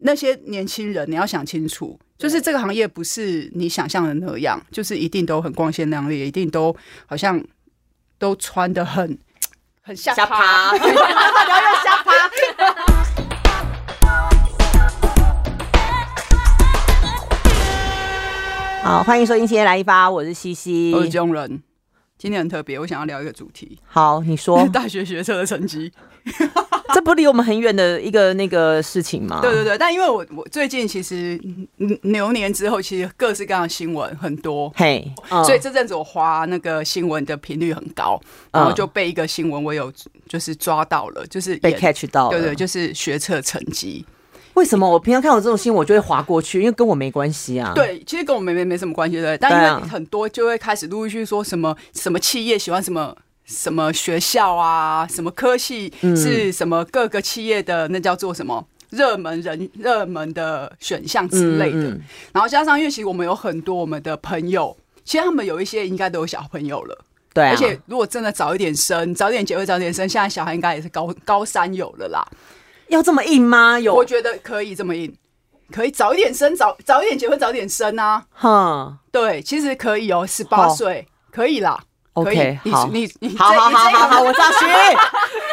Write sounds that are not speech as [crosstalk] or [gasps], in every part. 那些年轻人，你要想清楚，就是这个行业不是你想象的那样，就是一定都很光鲜亮丽，一定都好像都穿的很很下瞎趴趴，对大家要瞎趴。 [laughs] 好，欢迎收听《今天来一发》，我是西西我。是这种人。今天很特别，我想要聊一个主题，好，你说 [laughs] 大学学车的成绩。这不离我们很远的一个那个事情吗？对对对，但因为我我最近其实嗯牛年之后，其实各式各样的新闻很多，嘿，嗯所以这阵子我花那个新闻的频率很高，然后嗯就被一个新闻我有就是抓到了，就是被也 catch 到了。对对，就是学测成绩。为什么我平常看到这种新闻，我就会划过去，因为跟我没关系啊。，对，其实跟我们没没什么关系，对不对？但对因啊为很多就会开始陆续说什么什么企业喜欢什么。什么学校啊，什么科系嗯是什么各个企业的那叫做什么热门人热门的选项之类的，嗯然后加上因为其实我们有很多我们的朋友，其实他们有一些应该都有小朋友了，对啊，而且如果真的早一点生，早点结婚，早点生，现在小孩应该也是高高三有了啦，要这么硬吗？有我，觉得可以这么硬，可以早一点生，早早一点结婚，早点生啊，哼对，其实可以哦，十八好岁可以啦。可以，OK，好，你你你好这好好你这一好好，行我知道 [laughs] 徐，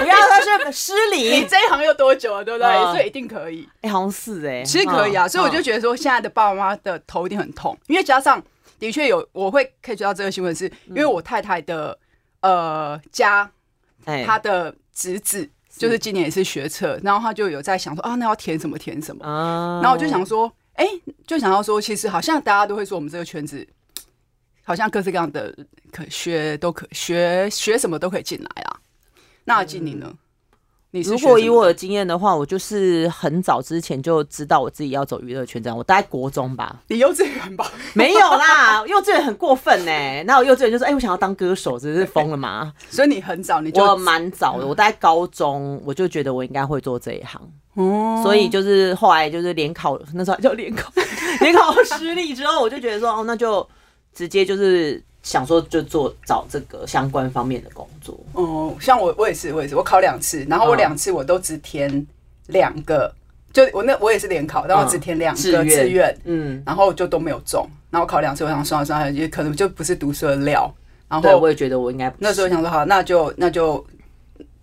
不要说是失你礼。这一行又多久了，对不对？嗯所以一定可以，哎，好像是哎，其实可以啊。嗯所以我就嗯觉得说，现在的爸爸妈妈的头一定很痛，因为加上的确有，我会 catch 到这个新闻，是因嗯为我太太的呃家，哎她的侄子就是今年也是学测，然后他就有在想说啊，那要填什么填什么。啊然后我就想说，哎、就想要说，其实好像大家都会说我们这个圈子，好像各式各样的可学都可学学什么都可以进来啦。那经理呢？你是如学果什以么我的经验的话，我就是很早之前就知道我自己要走娱乐圈这样。我大概国中吧， [laughs] 你幼稚园吧，没有啦，幼稚园很过分呢、那我幼稚园就说，哎、我想要当歌手，真是疯了吗？所以你很早 [laughs] 你就我蛮早的，我大概高中我就觉得我应该会做这一行，哦所以就是后来就是联考，那时候还叫联考， [laughs] 联考失利之后，我就觉得说，哦，那就直接就是想说就做找这个相关方面的工作。哦，像我我也是我也是，我考两次，然后我嗯两次我都只填两个，就我那我也是联考，但我只填两嗯志个愿志愿，嗯，然后就都没有中。然后考两次，我想算了算了，也可能就不是读书的料。然对，后我也觉得我应该不那时候是想说，好，那就那就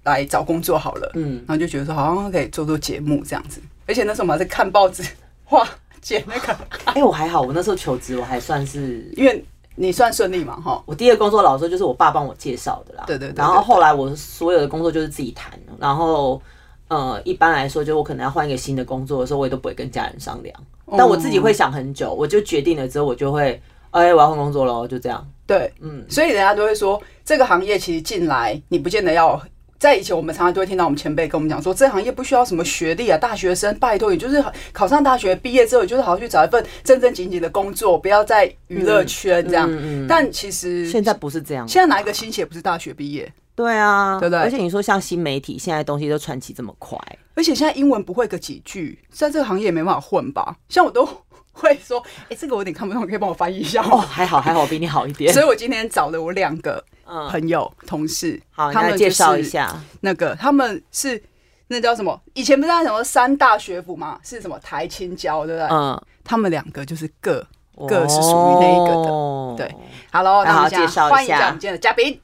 来找工作好了。嗯然，后就觉得说，好像可以做做节目这样子。而且那时候我们还是看报纸，哇，姐那 [laughs] 个，哎、我还好，我那时候求职我还算是因为你算顺利嘛，哈。我第一个工作老实说就是我爸帮我介绍的啦。对对对对然后后来我所有的工作就是自己谈，然后呃，一般来说，就我可能要换一个新的工作的时候，我也都不会跟家人商量，哦但我自己会想很久，我就决定了之后，我就会，哎、我要换工作喽，就这样。对，嗯，所以人家都会说，这个行业其实进来你不见得要。在以前，我们常常都会听到我们前辈跟我们讲说，这行业不需要什么学历啊，大学生拜托你就是考上大学，毕业之后你就是好好去找一份正正经经的工作，不要在娱乐圈这样。嗯嗯但其实现在不是这样，现在哪一个新血不是大学毕业？对啊，对不对而且你说像新媒体，现在东西都传奇这么快，而且现在英文不会个几句，在这个行业也没办法混吧？像我都会说， [laughs] 哎、这个我有点看不懂，可以帮我翻译一下哦，吗？还好还好，我比你好一点所。以我今天找了我两个嗯，朋友、同事，好，你他来们介绍一就是下。那个，他们是那叫什么？以前不是在讲说三大学府吗？是什么台青交，对不对？嗯，他们两个就是各各是属于那一个的。哦对，Hello，那那好我们现在介绍一下欢迎我们今天的嘉宾。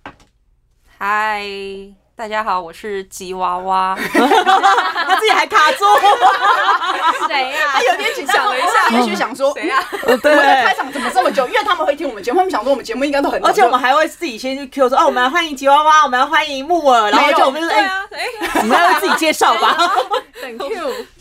嗨，大家好，我是吉娃娃。他自己还 [laughs] 卡住。 [laughs] 谁 [laughs] 呀、嗯他有点紧张了一下，也许想说，谁呀、我们的开场怎么这么久？因为他们会听我们节目，他们想说我们节目应该都很早而且就我们还会自己先去 Q 说，哦，我们要欢迎吉娃娃，我们要欢迎木耳，然后就我们就对是哎，啊，哎、你们要自己介绍 [laughs] 吧。 [laughs] 等 Q，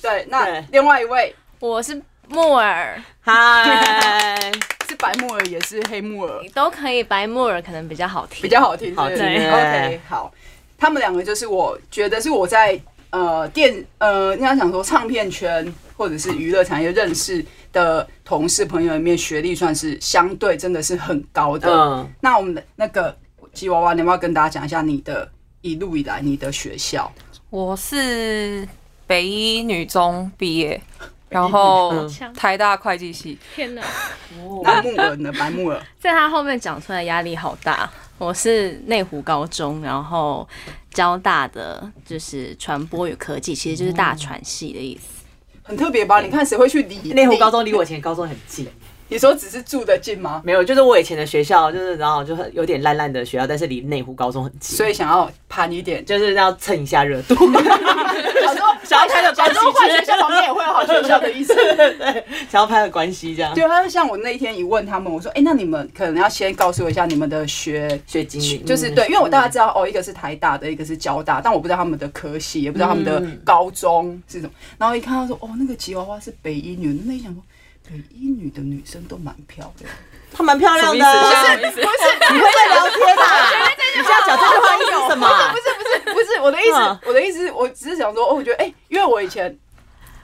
对。那对另外一位我是木耳，嗨，是白木耳，也是黑木耳，都可以，白木耳可能比较好听，比较好听。好对听对 OK，好，他们两个就是我觉得是我在呃电呃，应该想说唱片圈或者是娱乐产业认识的同事朋友里面，学历算是相对真的是很高的。嗯，那我们的那个吉娃娃，你要不要跟大家讲一下你的一路以来你的学校？ [laughs] 我是北一女中嗯毕业，然后强台大会计系。天哪，哦那木耳呢？白木耳，在他后面讲出来压力好大。我是内湖高中，然后交大的就是传播与科技，其实就是大传系的意思。很特别吧？你看谁会去理嗯内湖高？理中离我以前高中很近，你说只是住得近吗？没有，就是我以前的学校，就是然后就很有点烂烂的学校，但是离内湖高中很近，所以以想要盘一点，就是要蹭一下热 [laughs] 度。想说想要开个关系想说坏学校旁边也会有好学校的意思。想要拍个关系这样。对，他就像我那一天一问他们，我说：“哎、那你们可能要先告诉我一下你们的学学经历就是对，因为我大概知道哦，一个是台大的，一个是交大，但我不知道他们的科系，也不知道他们的嗯高中是什么。然后一看到说哦，那个吉娃娃是北一女，那一想说北一女的女生都蛮漂亮，她蛮漂亮的，什么意思？ [laughs] 你会在聊天啊？你这样讲这句话意思是什么啊？不是不是我的意嗯思，我的意思，我只是想说哦，我觉得哎、因为我以前。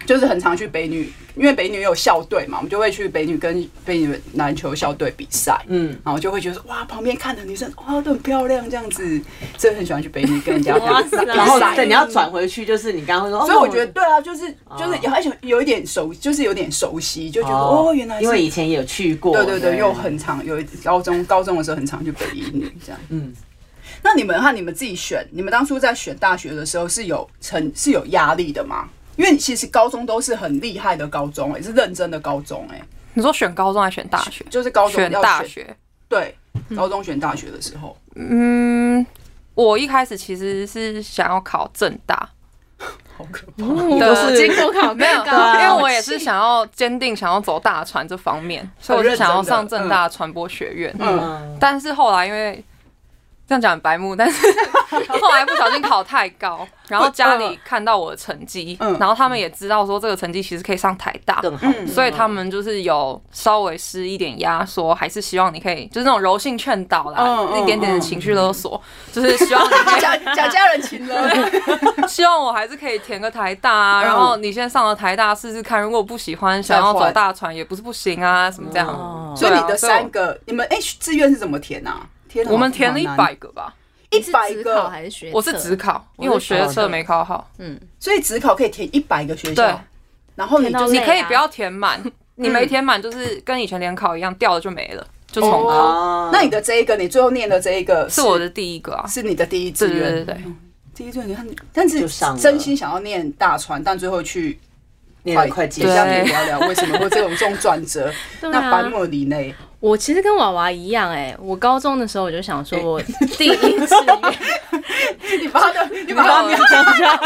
就是很常去北女，因为北女有校队嘛，我们就会去北女跟北女篮球校队比赛。嗯，然后就会觉得说哇，旁边看的女生哇都很漂亮，这样子，真的很喜欢去北女跟人 [laughs] 家哇比塞赛。然后对你要转回去，就是你刚刚会说，哦 [laughs] 所以我觉得对啊，就是就是哦有，而且有一点熟，就是有点熟悉，就觉得哦哦，原来是因为以前也有去过，对对对，又很常有一高中高中的时候很常去北一女这样。嗯，那你们和你们自己选，你们当初在选大学的时候是有成是有压力的吗？因为其实高中都是很厉害的高中、欸，是认真的高中、欸， [laughs] 你说选高中还是选大学？就是高中选要大学。对，高中选大学的时候，嗯，我一开始其实是想要考正大，好可怕。你都是经过 [laughs] 考没有，更高，啊因为我也是想要坚定想要走大传这方面，所以我是想要上正大传播学院。嗯，但是后来因为这样讲很白目， [laughs] 但是后来不小心考太高，然后家里看到我的成绩，嗯然后他们也知道说这个成绩其实可以上台大，更好，嗯所以他们就是有稍微施一点压缩，还是希望你可以就是那种柔性劝导啦嗯，嗯一点点的情绪勒索，就是希望你可 [laughs] 以假假 [laughs] 家人情 [laughs] 了，啊希望我还是可以填个台大啊，嗯然后你先上了台大试试看，如果不喜欢想要走大船也不是不行啊，什么这样。哦所以对啊你的三个，你们哎、志愿是怎么填啊？填我们填了一百个吧，一是百职考个，还是学测？我是只考，因为我学测没考好。嗯，所以只考可以填一百个学对校，，然后你填到就对是你啊可以不要填满，你没填满就是跟以前联考一样掉了就没了，就重哦考。啊那你的这一个，你最后念的这一个是我的第一个啊，是你的第一志对对对对愿，对。第一志愿你看，但是就上了真心想要念大传，但最后去念了快结跟对家束，里聊聊为什么会这种这种转折。对那白啊。莫里呢？我其实跟娃娃一样，哎，我高中的时候我就想说，哎我第一志愿 [laughs] 你把他的，你你把把它他名讲一下，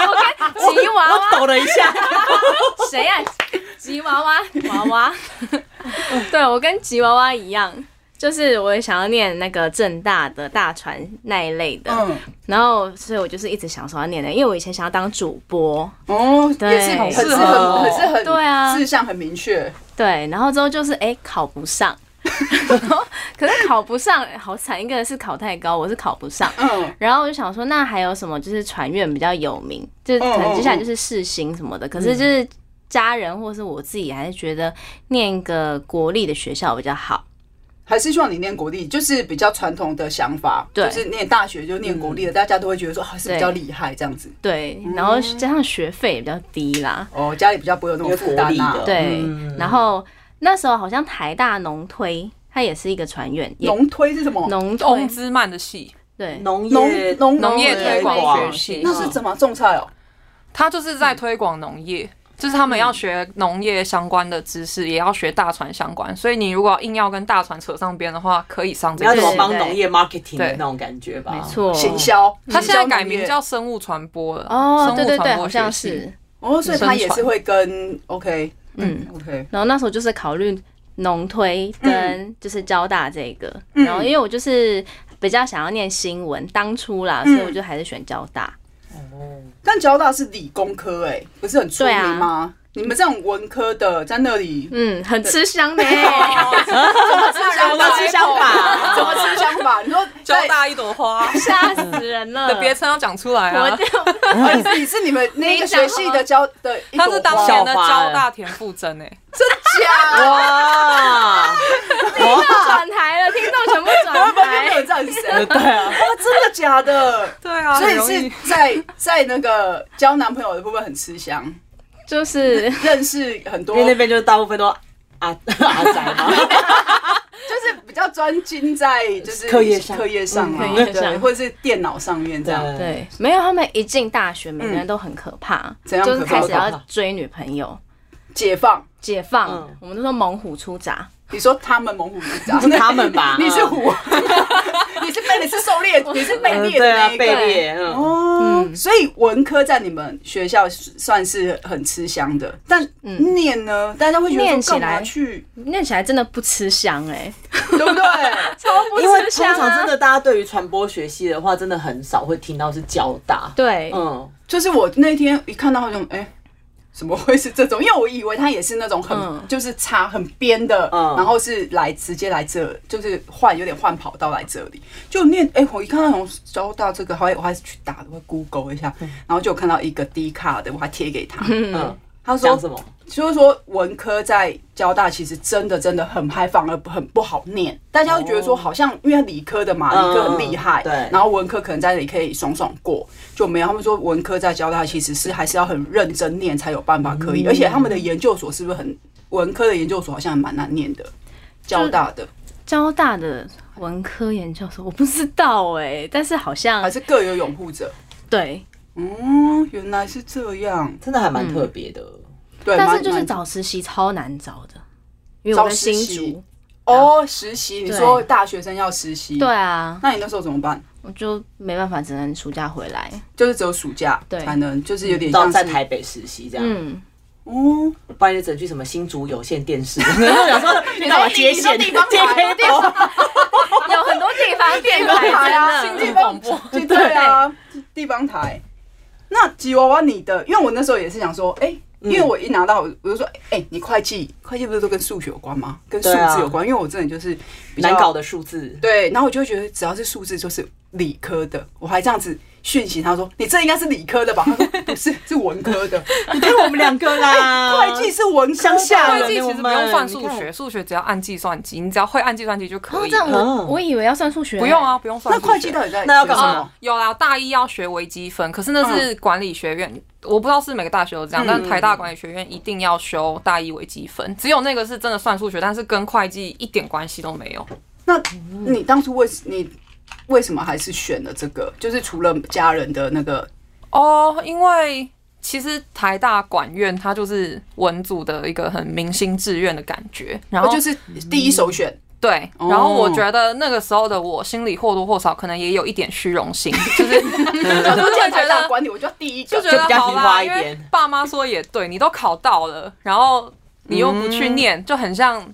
吉娃娃我抖了 [laughs] 一下， [laughs] 谁呀、吉娃娃，娃娃。 [laughs] 对我跟吉娃娃一样，就是我也想要念那个正大的大传那一类的，嗯然后所以我就是一直想说要念的，因为我以前想要当主播，哦，对也是很是是很哦很是很对啊志向很明确，对，然后之后就是哎、考不上， [laughs] 然后可是考不上好惨，一个是考太高，我是考不上。嗯然后我就想说，那还有什么就是传院比较有名，就是可能接下来就是世新什么的。可是就是家人或是我自己还是觉得念个国立的学校比较好。还是希望你念国立，就是比较传统的想法，对就是念大学就念国嗯立的，大家都会觉得说啊是比较厉害这样子。对，然后加上学费也比较低啦，哦，家里比较不会有那种负担啊因为国呐立。的对嗯。然后那时候好像台大农推，它也是一个船员，也农推是什么？[laughs] 农翁推，兹曼的戏，对，农业农农哦农业推广学系那是怎么种菜哦？他就是在推广农业，就是他们要学农业相关的知识，也要学大船相关。所以你如果硬要跟大船扯上边的话，可以上这你要个怎么系。帮农业 marketing 的对那种感觉吧？没错，行销，他现在改名行销农业叫生物传播了。哦，生对物对对，传播好像学系是，哦，所以他也生是传会跟 OK 嗯。 OK 然后那时候就是考虑农推跟就是交大这个，嗯然后因为我就是比较想要念新闻，当初啦，所以我就还是选交大。但交大是理工科哎、不是很出对名啊吗？你们这种文科的在那里嗯，很吃香的、哦怎么吃香怎么 [laughs] 吃香法怎么吃香法？你说交在，大一朵花 [laughs] 吓死人 [laughs] 了！的别称要讲出来我啊就。哦你是你是你们那个学系的交的一朵他是当花年的小花交大田馥甄欸诶，真假？ [laughs] 哇，听众啊转台 [laughs] 了，听众全部我转旁边没有 [laughs] 台。人知道你是谁？呃 [laughs] 对啊，哇，真的假的？对啊，所很以容是易。在在那个交男朋友的部分很吃香，就是认识很多因为那边就是大部分都阿 [laughs] 阿宅嘛， [laughs] 就是比较专精在就是课业上课业上嘛，嗯课业上对，或者是电脑上面这样。对，没有他们一进大学，每个人都很可怕，怎样就是可怕开始可怕要追女朋友。解放。解放，嗯我们都说猛虎出闸，你说他们猛虎出闸，是他们吧 [laughs] 你是虎， [laughs] 你是被你是狩猎，你是被嗯猎对的啊那，一个。被猎，嗯，哦，所以文科在你们学校算是很吃香的，但嗯念呢，大家会觉得念起说干嘛来去，念起来真的不吃香哎、对不对？超不因为吃通香常啊！真的大家对于传播学系的话，真的很少会听到是交大，对，嗯，就是我那天一看到好像，哎、怎么会是这种？因为我以为他也是那种很、嗯就是差很编的，嗯然后是来直接来这，就是换有点换跑道来这里。就念哎、我一看到从交大这个，还我还是去打的，我 Google 一下，然后就有看到一个低卡的，我还贴给他，嗯，他说讲什么？就是说文科在交大其实真的真的很嗨，反而很不好念。大家会觉得哦说，好像因为理科的嘛，嗯理科很厉害，对然后文科可能在这里可以爽爽过，就没有。他们说文科在交大其实是还是要很认真念才有办法可以，嗯而且他们的研究所是不是很文科的研究所好像还蛮难念的，交大的交大的文科研究所我不知道哎、但是好还像是各有拥护者。对，嗯，原来是这样，真的还蛮特别的，对，但蛮是就是蛮找实习超难找的，因为我找在实新习竹，哦实习，你对说大学生要实习，对，啊，那你那时候怎么办？我就没办法，只能暑假回来。就是只有暑假对才能，就是有点到像嗯在是台北实习这样，嗯，哦，不然就整去什么新竹有线电视，然后想说你干嘛接线你说地方接台黑头，有很多地方电台哎啊，哎真 [laughs] 新地的方对对 [laughs] 啊，地方台。那吉娃娃，你的，因为我那时候也是想说，哎、嗯因为我一拿到，我就说，哎、你会计，会计不是都跟数学有关吗？跟数对啊字有关，因为我真的就是比较难搞的数字，对，然后我就会觉得只要是数字就是理科的，我还这样子讯息他说，你这应该是理科的吧？他说不是，是文科 [laughs] 的，你跟我们两个啦，会计是文科啊乡下的人会计其实不用算数我们你学，数学只要按计算机，你只要会按计算机就可哦，以这样了。我嗯我以为要算数学，不用，啊，不用算那数学。会计到底在那要干学嘛什么？有啦，大一要学微积分，可是那是管理学院，我不知道是每个大学都这样，但台大管理学院一定要修大一微积分，只有那个是真的算数学，但是跟会计一点关系都没有。那你当初为你为什么还是选了这个？就是除了家人的那个，哦，因为其实台大管院它就是文组的一个很明星志愿的感觉，然后我就是第一首选。对，哦然后我觉得那个时候的我心里或多或少可能也有一点虚 [laughs] 荣心，嗯就是我就觉得台大管理，我就要第一就个觉。得好就比较平滑啦，一因点为爸妈说也对，你都考到了，然后你又不去嗯念，就很像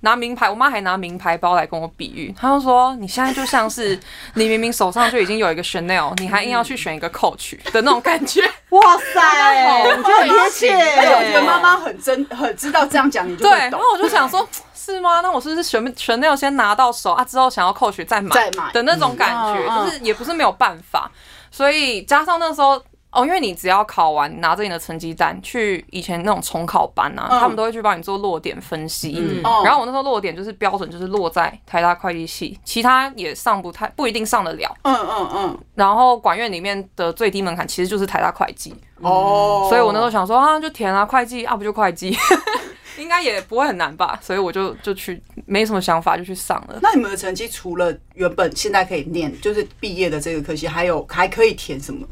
拿名牌。我妈还拿名牌包来跟我比喻，她就说你现在就像是你明明手上就已经有一个 Chanel，你还硬要去选一个 Coach 的那种感觉。哇塞，我觉得很贴切，而且我觉得妈妈很真，很知道这样讲你就对，会然懂后。我就想说，是吗？那我是不是选 Chanel 先拿到手啊，之后想要 Coach 再买再买的那种感嗯觉，嗯就是也不是没有办法。所以加上那时候。哦，因为你只要考完，拿着你的成绩单去以前那种重考班啊，嗯他们都会去帮你做落点分析。嗯哦然后我那时候落点就是标准，就是落在台大会计系，其他也上不太不一定上得了。嗯嗯嗯，然后管院里面的最低门槛其实就是台大会计，哦，所以我那时候想说啊，就填啊，会计啊，不就会计， [laughs] 应该也不会很难吧，所以我就就去，没什么想法就去上了。那你们的成绩除了原本现在可以念，就是毕业的这个科系，还有还可以填什么？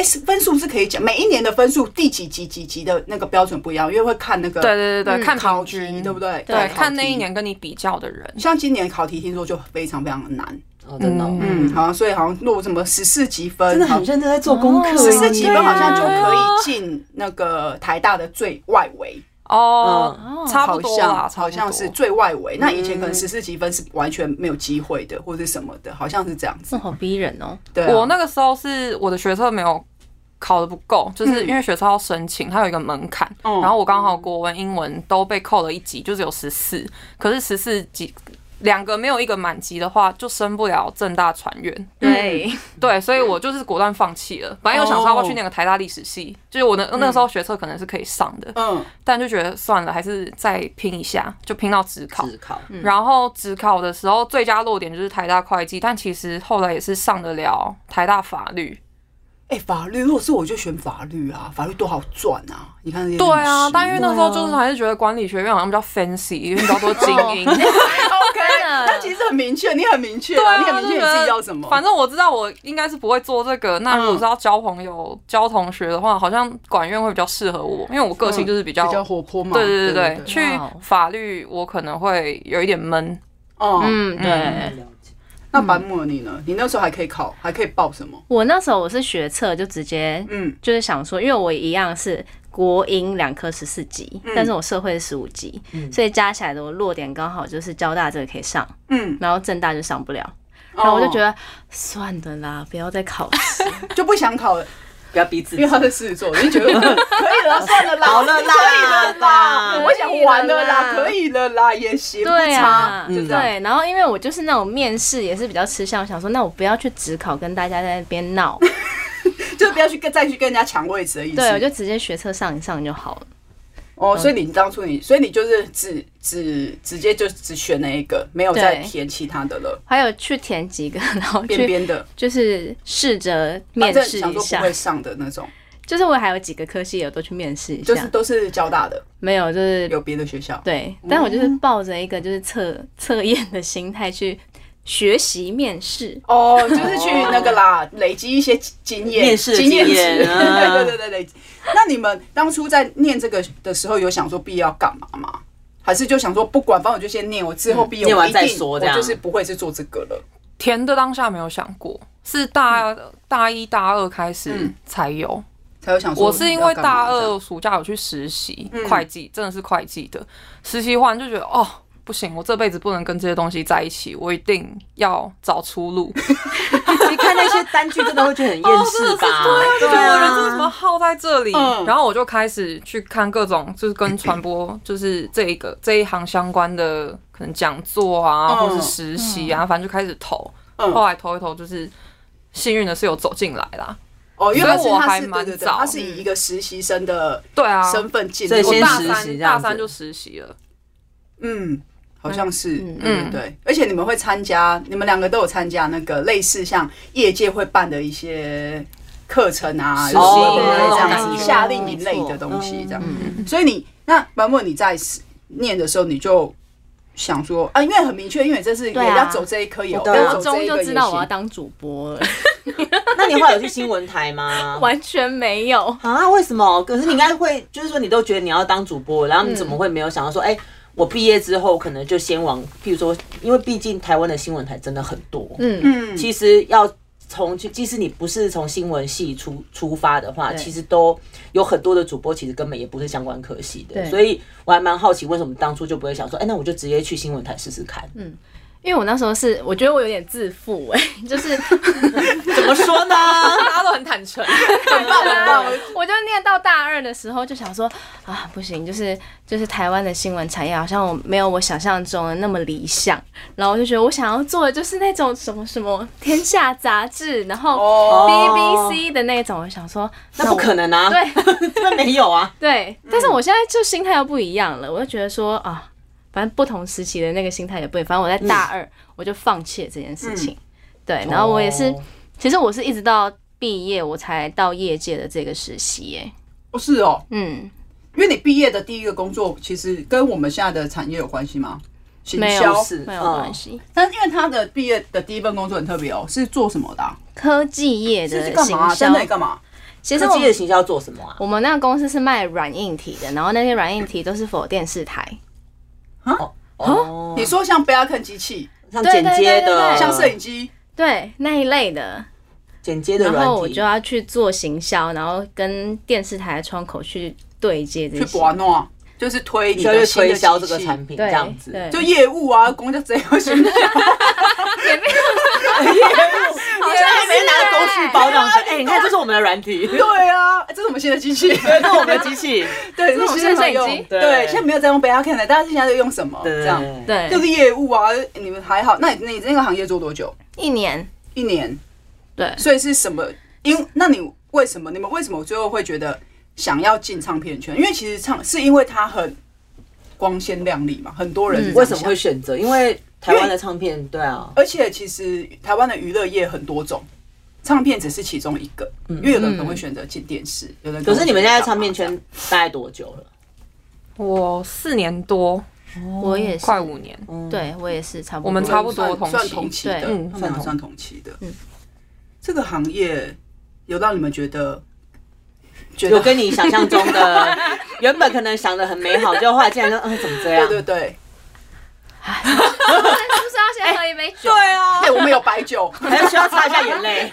哎，是分数是可以讲，每一年的分数第几级几级的那个标准不一样，因为会看那个对对对对，看嗯考平题均，，对不对？对，考看题那一。年跟你比较的人。像今年考题听说就非常非常的难，哦真的哦嗯，好像所以好像落什么十四级分，真的很认真在做功课耶，欸十四级分好像就对可啊以进那个台大的最外围，哦，差不嗯好多啦，像差不好多嗯像是最外围。那以前可能十四级分是完全没有机会的，或者什么的，好像是这样子。这好逼人哦。对啊，嗯我那个时候是我的学测没有考的不够，就是因为学测要申请，它有一个门槛，嗯然后我刚好国文、英文都被扣了一级，就只有十四，可是十四级。两个没有一个满级的话，就升不了正大传院。嗯对，对，所以我就是果断放弃了。本来有想说要不要去那个台大历史哦系，就是我的那个时候学测可能是可以上的，嗯，但就觉得算了，还是再拼一下，就拼到职考。自考，嗯然后职考的时候，最佳落点就是台大会计，但其实后来也是上得了台大法律。哎，法律如果是我就选法律啊，法律多好赚啊！你看那些对律啊师， [laughs] [laughs] 但因为那时候就是还是觉得管理学院好像比较 fancy，因为比较多精英， OK，的那其实很明确，你很明确啊对啊，啊，你很明确你就觉得自己要什么。反正我知道我应该是不会做这个。那如果嗯是要交朋友、交同学的话，好像管院会比较适合我，因为我个性就是比较嗯比较活泼嘛。对对对对对，对，去哇哦法律我可能会有一点闷。嗯，嗯，对。了解。那嗯白木耳你呢？你那时候还可以考，还可以报什么？我那时候我是学测，就直接嗯就是想说，因为我一样是国英两科十四级，嗯但是我社会是十五级，所以加起来的我落点刚好就是交大这个可以上，嗯，然后正大就上不了。然后我就觉得得、算的啦，不要再考试。哦就不想考了，不要逼自因己为。他是狮子座，我就觉得可 [laughs] 以了，算了啦，好了啦可以了啦，啦我想玩了啦，可可以了啦，也行， [laughs] 不对差啊，，就这样。对。然后因为我就是那种面试也是比较吃香，我想说那我不要去职考跟大家在那 [laughs] 边闹，就不要去跟再去跟人家抢位置的意思。对，我就直接学测上一上就好了。哦，所以你当初你，所以你就是只只直接就只选那一个，没有再对填其他的了，还有去填几个， [laughs] 然后边去边的，就是试着面反正试想一说下不会，上的那种，就是我还有几个科系有都去面试一就是下，都是交大的，没有就是有别的学校。对，但我就是抱着一个就是测 [laughs] 测验的心态去学习面试。哦，就是去那个啦，累积一些经验，哦面试的经验值。经 [laughs] 验啊对对对对，那你们当初在念这个的时候，有想说毕业要干嘛吗？还是就想说不管，反正我就先念，我之后毕业嗯念我完一定再说我这样就是不会是做这个了。填的当下没有想过，是大大一大二开始嗯才有。才有想说我是因为要干嘛大这样二暑假有去实习嗯，会计真的是会计的实习完就觉得哦。不行，我这辈子不能跟这些东西在一起，我一定要找出路。你看那些单据真的会觉得很哦厌真的世是吧？对啊，就觉得我人生啊怎么耗在这里？嗯然后我就开始去看各种就是跟传播 [clears throat] 就是这一个这一行相关的可能讲座啊，嗯或是实习啊，反正就开始投。嗯后来投一投，就是幸运的是有走进来啦。哦，因为他是所以我他是还对蛮对对早他是以一个实习生的对啊，身份进入，嗯所以我先大实习三这样大子三就实习了。 [laughs] 嗯，好像是，嗯对对对。而且你们会参加，你们两个都有参加那个类似像业界会办的一些课程啊，实然后习对对对这哦那样种子感觉夏令营嗯类的东西没这错样。所以你那白沫你在念的时候，你就想说啊，因为很明确，因为这是对也啊要走这一科，也要我对走啊高这中一就个知也道我要行。当主播了， [laughs] 那你后来有去新闻台吗？完全没有。啊，为什么？可是你应该会，就是说你都觉得你要当主播，然后你怎么会没有想到嗯说，哎、我毕业之后可能就先往，譬如说，因为毕竟台湾的新闻台真的很多，嗯，嗯，其实要从，即使你不是从新闻系出出发的话，对其实都有很多的主播，其实根本也不是相关科系的，对所以我还蛮好奇，为什么当初就不会想说，哎、那我就直接去新闻台试试看？嗯因为我那时候是我觉得我有点自负哎、 [laughs] 就是啊怎么说 [laughs] 呢？大家都很坦诚，我就念到大二的时候就想说啊，不行，就是就是台湾的新闻产业好像我没有我想象中的那么理想，然后我就觉得我想要做的就是那种什么什么天下杂志，然后哦 BBC 的那种，我想说那不我可能啊，对， [laughs] 那没有啊，对，但是我现在就心态又不一样了，我就觉得说啊，反正不同时期的那个心态也不一样，反正我在大嗯二、我就放弃了这件事情，对，然后我也是，哦其实我是一直到毕业我才到业界的这个实习，哎，不是哦，嗯，因为你毕业的第一个工作，其实跟我们现在的产业有关系吗？行没销有是没有嗯关系，但因为他的毕业的第一份工作很特别哦，是做什么的、啊？科技业是的干嘛、行啊？销真，的干嘛？其实科我技的行销要做什么啊？我们那个公司是卖软硬体的，然后那些软硬体都是否电视台，哦呃你说像贝亚克机器，像剪接对对对的，对像摄影机，对那一类的，剪接的然后我软体就，要去做行销，然后跟电视台的窗口去对接这去些。博诺，就是推你需要去的新的推销这机器个产品，对这样子。对就业务啊，公交怎 [laughs] 样行销？也没有好像还啊没拿工具包这样 [laughs] 子。哎，你看，这是我们的软体， [laughs] 对啊，这是我们新的机器，对，这是我们的机 [laughs] 器， [laughs] 对，这是我们现在没有摄影机用对，对现在没有在用贝亚克了，大家现在在用什么？对这样对，就是业务啊，你们还好？那你你那个行业做多久？一年，一年，对所以是什么？因那你为什么你们为什么最后会觉得想要进唱片圈？因为其实唱是因为它很光鲜亮丽嘛，很多人是这嗯为样什么想会选择？因为台湾的唱片，对啊，而且其实台湾的娱乐业很多种，唱片只是其中一个，因为有的人可能会选择进电视，有的人可是你们现在在唱片圈大概多久了？我四年多，我也是，哦快五年，嗯，对嗯我也是差不多。我们差不多算同期算同期的，对嗯他们俩算算同期的。嗯这个行业有让你们觉得觉有得跟你想象中的，原本可能想的很美好，结果后来竟然说，嗯，怎么这对样？对对，哎是不是要先喝一杯酒？啊哎，我们有白 [laughs] 酒，还需要擦一下眼 [laughs] 泪。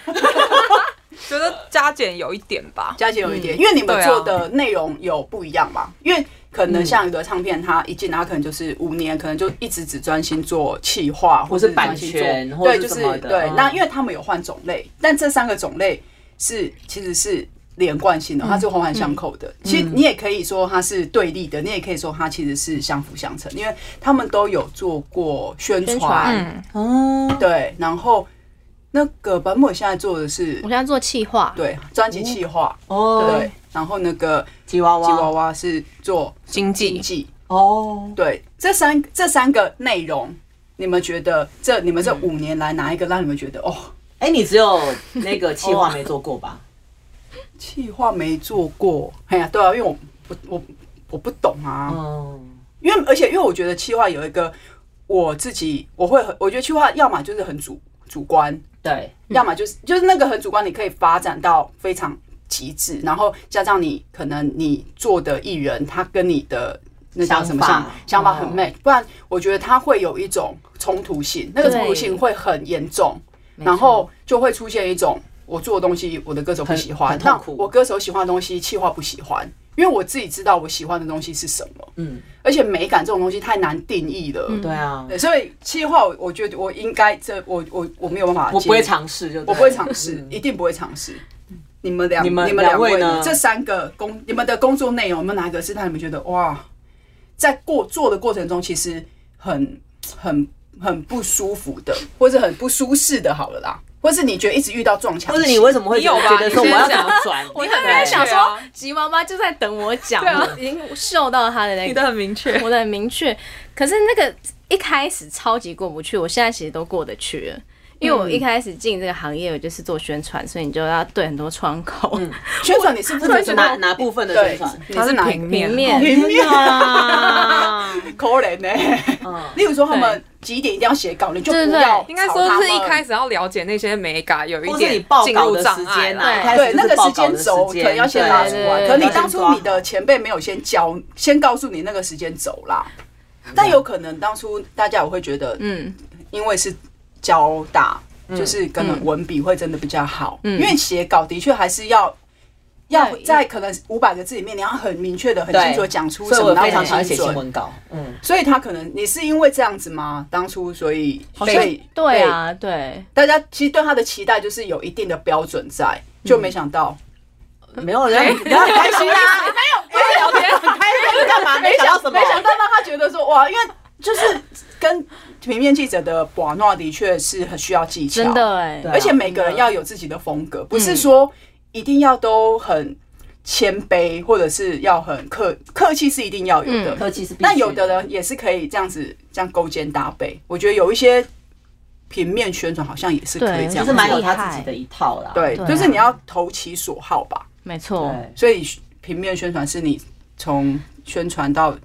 觉得加减有一点吧。佳姐有一嗯点，因为你们对啊做的内容有不一样嘛，因为可嗯能像有的唱片，它一进来它可能就是五年，可能就一直只专心做企划，或是者专心做版权或对，者就是是什么的对嗯。那因为他们有换种类，但这三个种类是其实是连贯性嗯的，它是环环相扣的。其实你也可以说它是对立的，你也可以说它其实是相辅相成，因为他们都有做过宣宣传传，嗯，哦，对，然后那个版本现在做的是我现在做企划，对专辑企划，哦对，，然后那个。吉娃吉娃娃，娃是做经经济济，哦，对，这三这三个内容，你们觉得这你们这五年来哪一个让你们觉得哦，哎，你只有那个企划没做过吧？企划没做过？哎呀，对啊，因为我我我我不懂啊， [laughs] 嗯，因为而且因为我觉得企划有一个我自己我会很，我觉得企划要么就是很主主观，对，要么就是就是那个很主观，你可以发展到非常极致，然后加上你可能你做的艺人，他跟你的那叫什么想想法想法很哦 match，、不然我觉得他会有一种冲突性，那个冲突性会很严重，然后就会出现一种我做的东西，我的歌手不喜欢很，很那痛苦我歌手喜欢的东西，企划不喜欢，因为我自己知道我喜欢的东西是什么，嗯，而且美感这种东西太难定义了。嗯对啊，对，所以企划，我我觉得我应该这我我我没有办法接，我不会尝试，就对我不会尝试嗯，一定不会尝试。你们两你们你们两位两位呢呢？这三个工，你们的工作内容，有没有哪一个是让你们觉得哇，在过做的过程中，其实很很很不舒服的，或者很不舒适的？好了啦，或是你觉得一直遇到撞墙或期，者你为什么会你有吧觉得说我你先要怎讲么转？我对刚才想对啊说，吉娃娃就在等我讲，对啊我已经嗅到他的那你个，的很明确， [laughs] 我的很明确。可是那个一开始超级过不去，我现在其实都过得去了。因为我一开始进这个行业，我就是做宣传，所以你就要对很多窗口。 [laughs] 宣传你是不是是哪哪部分的宣对传？，你它是哪一平个面平面平面啊，可怜呢？嗯， [laughs] 例如说他们几点一定要写稿，你就不对对对要应该吵说他是一们开始要了解那些美感，有 [laughs] 一或是你点报进告入的障时碍间啦啊，一对开对，始那就是个报时告的间时轴可能要先拉出对来，可对能对你当要初先抓你的前辈没有先教，先告诉你那个时间轴啦。嗯但有可能当初大家我会觉得，嗯，因为是交大，嗯就是可能文笔会真的比较好，因为写稿的确还是要。要对在可能五百个字里面，你要很明确的、很对清楚的讲出所什以么，我然非后常讨厌很写精新准。闻稿，嗯，所以他可能你是因为这样子吗？当初所以被对啊，对，被大家其实对他的期待就是有一定的标准在，就嗯没想到没有哎人，你要很开心啊，没有， [laughs] 没有，很开心干嘛？没想到什么没？想到让他觉得说哇，因为就是跟平面记者的把诺的确是很需要技巧，真，的哎、对啊而且每个人要有自己的风格，嗯不是说一定要都很谦卑，或者是要很客客气是一定要有的。科技嗯是必须那有的人也是可以这样子，这样勾肩搭背。我觉得有一些平面宣传好像也是可以对这就样是做蛮的，有他自己的一套啦，对，对啊就是你要投其所好吧。没错，对，所以平面宣传是你从宣传到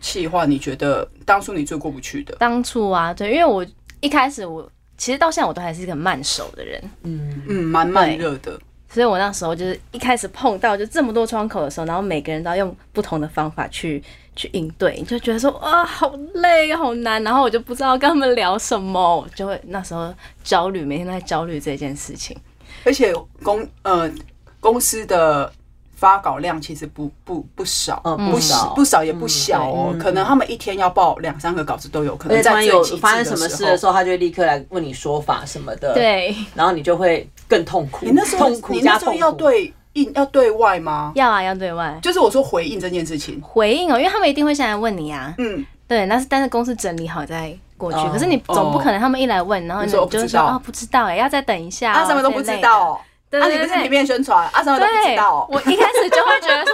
企划，你觉得当初你最过不去的？当初啊，对，因为我一开始我其实到现在我都还是一个慢手的人，嗯，嗯，蛮慢热的，所以我那时候就是一开始碰到就这么多窗口的时候，然后每个人都要用不同的方法去去应对，你就觉得说啊好累好难，然后我就不知道跟他们聊什么，就会那时候焦虑，每天都在焦虑这件事情。而且公呃公司的发稿量其实不不不少。呃，不不少不少也不小哦，嗯对可能他们一天要报两三个稿子都有，可而能且在突然最有极致发生什么事的时候，候，他就会立刻来问你说法什么的，，对，然后你就会更痛苦，你那时候痛苦你加那时候痛要苦，对应要对外吗？要啊要对外就是我说回应这件事情，回应哦，因为他们一定会先来问你啊，嗯，对，但是但是公司整理好再过去，哦可是你总不可能他们一来问，然后你你说我不就知是说道哦不知道哎、要再等一下、哦，啊什么都不知道哦，之类啊的，你对不对是对平面宣传，啊什么都不知对道哦，，我一开始就会 [laughs] 觉得说，